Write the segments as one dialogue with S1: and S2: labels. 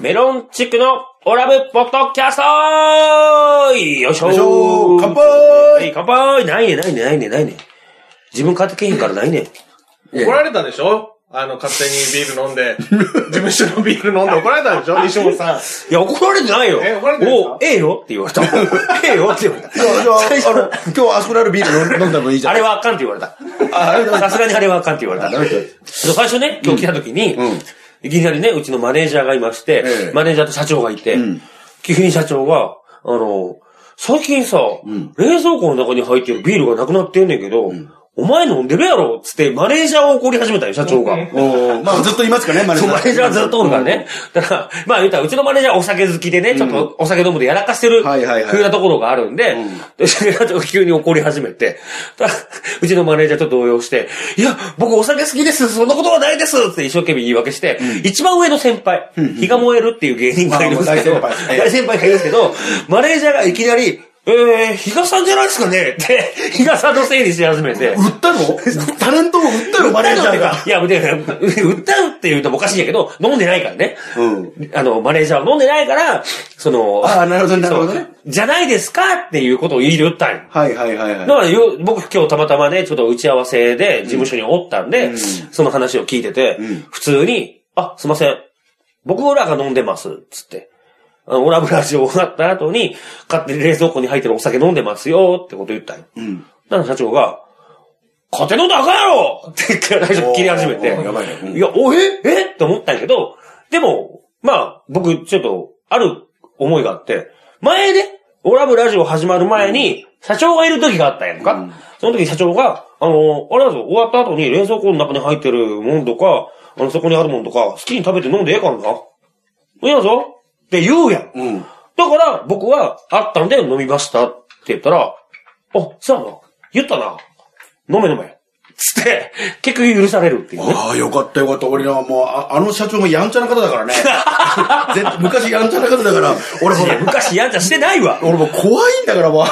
S1: メロンチックのオラブポッドキャストよいしょ
S2: よいしょ乾杯
S1: はい乾杯ないね、ないね、ないね、ないね。自分買ってけへんからないね。
S3: 怒られたでしょあの、勝手にビール飲ん で、事務所のビール飲んで怒られたでしょ西本さん。
S1: いや、怒られてないよ。
S3: え怒られてないんですか
S1: おええよって言われた。ええよって言われ
S2: いや、じゃあ、
S1: 最初
S2: あの、今日あそこにあるビール飲ん飲んだのいいじ
S1: た。
S2: ゃ
S1: あ
S2: ん。
S1: れはあかんって言われた。
S2: あ、あれだ
S1: さすがにあれはあかんって言われ
S2: ダ
S1: た。
S2: メだ。
S1: そう最初ね、今日来た時に、
S2: うん
S1: いきなりね、うちのマネージャーがいまして、
S2: ええ
S1: マネージャーと社長がいて、
S2: ん
S1: 急に社長が、あの、最近さ、冷蔵庫の中に入ってるビールがなくなってんねんけど、お前飲んでるやろっつって、マネージャーを怒り始めたよ、社長が。
S2: おーまあずっといますからね、マネー
S1: そ
S2: ジ
S1: う
S2: ャー。
S1: マネージャーずっとおるからね。だから、まあ言ったら、うちのマネージャーお酒好きでね、ちょっとお酒飲むでやらかしてる
S2: はいはいはい
S1: 風なところがあるんで、でそれがちょっと急に怒り始めて、だうちのマネージャーと動揺して、いや、僕お酒好きです、そんなことはないですって一生懸命言い訳して、一番上の先輩、日が燃えるっていう芸人がいるんですけど、
S2: まあまあ
S1: 大
S2: 大先輩
S1: 先輩がいるんですけど、マネージャーがいきなり、えー、比嘉さんじゃないですかねって、比嘉さんのせいにし始めて。
S2: 売ったのタレントを売ったのマネージャーが。
S1: いや、で売ったって言うとおかしいんやけど、飲んでないからね。
S2: う
S1: あの、マネージャーは飲んでないから、その、
S2: ああ、なるほど、なるほど
S1: そ
S2: ね
S1: う。じゃないですかっていうことを言ったんよ。
S2: はいはいはい
S1: だ
S2: はい。
S1: からよ僕今日たまたまね、ちょっと打ち合わせで事務所におったんで、その話を聞いてて、普通に、あ、すいません。僕らが飲んでます、つって。あのオラブラジオ終わった後に、勝手に冷蔵庫に入ってるお酒飲んでますよってこと言ったんよ。
S2: うん。
S1: なんか社長が、勝手のだかんやろって最初切り始めて。
S2: おーやばいねうん
S1: いや、お、ええって思ったんやけど、でも、まあ、僕、ちょっと、ある思いがあって、前ね、オラブラジオ始まる前に、社長がいる時があったやんか。その時社長が、あの、あれだぞ、終わった後に冷蔵庫の中に入ってるもんとか、あの、そこにあるもんとか、好きに食べて飲んでええからな。いいやぞって言うやん。
S2: うん。
S1: だから、僕は、あったんで飲みましたって言ったら、あ、そうやな。言ったな。飲め飲め。つって、結局許されるっていう ね。
S2: ああ、よかったよかった。俺らはもう、ああの社長もやんちゃな方だからね。 絶対昔やんちゃな方だから、俺も
S1: いや、昔やんちゃしてない わ。
S2: 俺も怖いんだから、もう。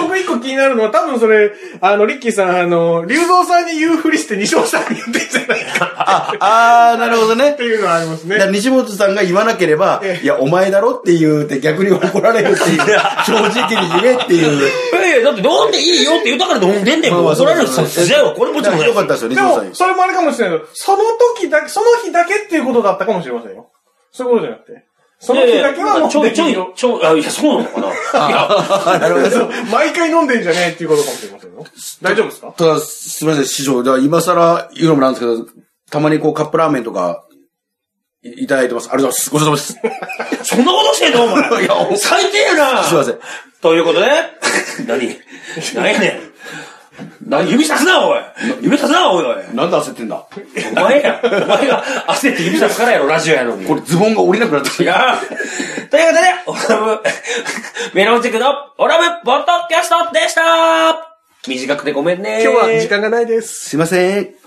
S3: 僕一個気になるのは、多分それ、あの、リッキーさん、あの、竜蔵さんに言うふりして西本さんに言ってんじゃないか
S2: あ、ああ、なるほどね
S3: って。いうのはあります
S2: だから
S3: ね。
S2: 西本さんが言わなければ、いや、お前だろって言うて逆に怒られるっていう、正直に言えっていう。
S1: ええ、だって飲んでいいよって言うたから飲んでんねん。もう怒られるさ、じゃあ、これもちろんない
S2: よかったですよ、西
S3: で
S2: 本さん
S3: も、。それもあれかもしれないけど、その時だけ、その日だけっていうことだったかもしれませんよ。そういうことじゃなくて。その日だけはもう、
S1: ちょいちょい
S3: できる よ、
S1: ちょい、あ、いや、そうなのかな。いや、
S2: あなるほど。
S3: 毎回飲んでんじゃねえっていうことかもしれませんよ。大丈夫ですか
S2: ただ、すみません、師匠。では今更言うのもなんですけど、たまにこうカップラーメンとか、いいただいてます。ありがとうございます。ごちそうさまです。
S1: そんなことしてんのお前。
S2: いやお
S1: 最低や な。
S2: すいません。
S1: ということで、何何やねん。な指さすな、おい。指さすな、おい、おい。
S2: なんで焦ってんだ
S1: お前や。お前が焦って指さすからやろ、ラジオやのに。
S2: これズボンが降りなくなって
S1: いやーということで、オラブ、メロンチックのオラブボットキャストでした短くてごめんね
S3: 今日は時間がないです。
S2: すいません。